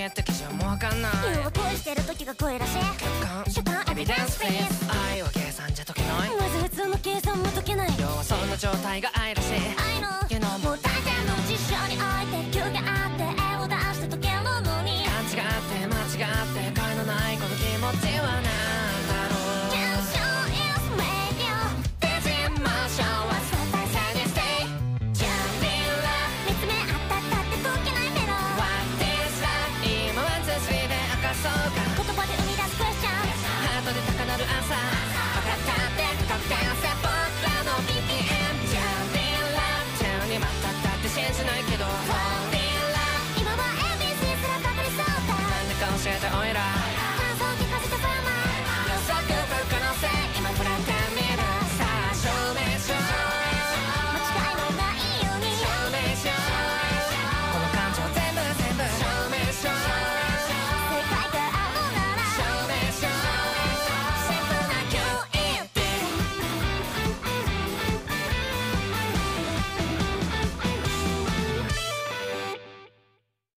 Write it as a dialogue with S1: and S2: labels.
S1: やった記事はもうわかんない
S2: 夜は恋してる時が声らしい主
S1: 感
S2: 観
S1: エビデンスフェイス愛は計算じゃ解けない
S2: まず普通の計算も解けない
S1: 要はその状態が愛らしい
S2: 愛の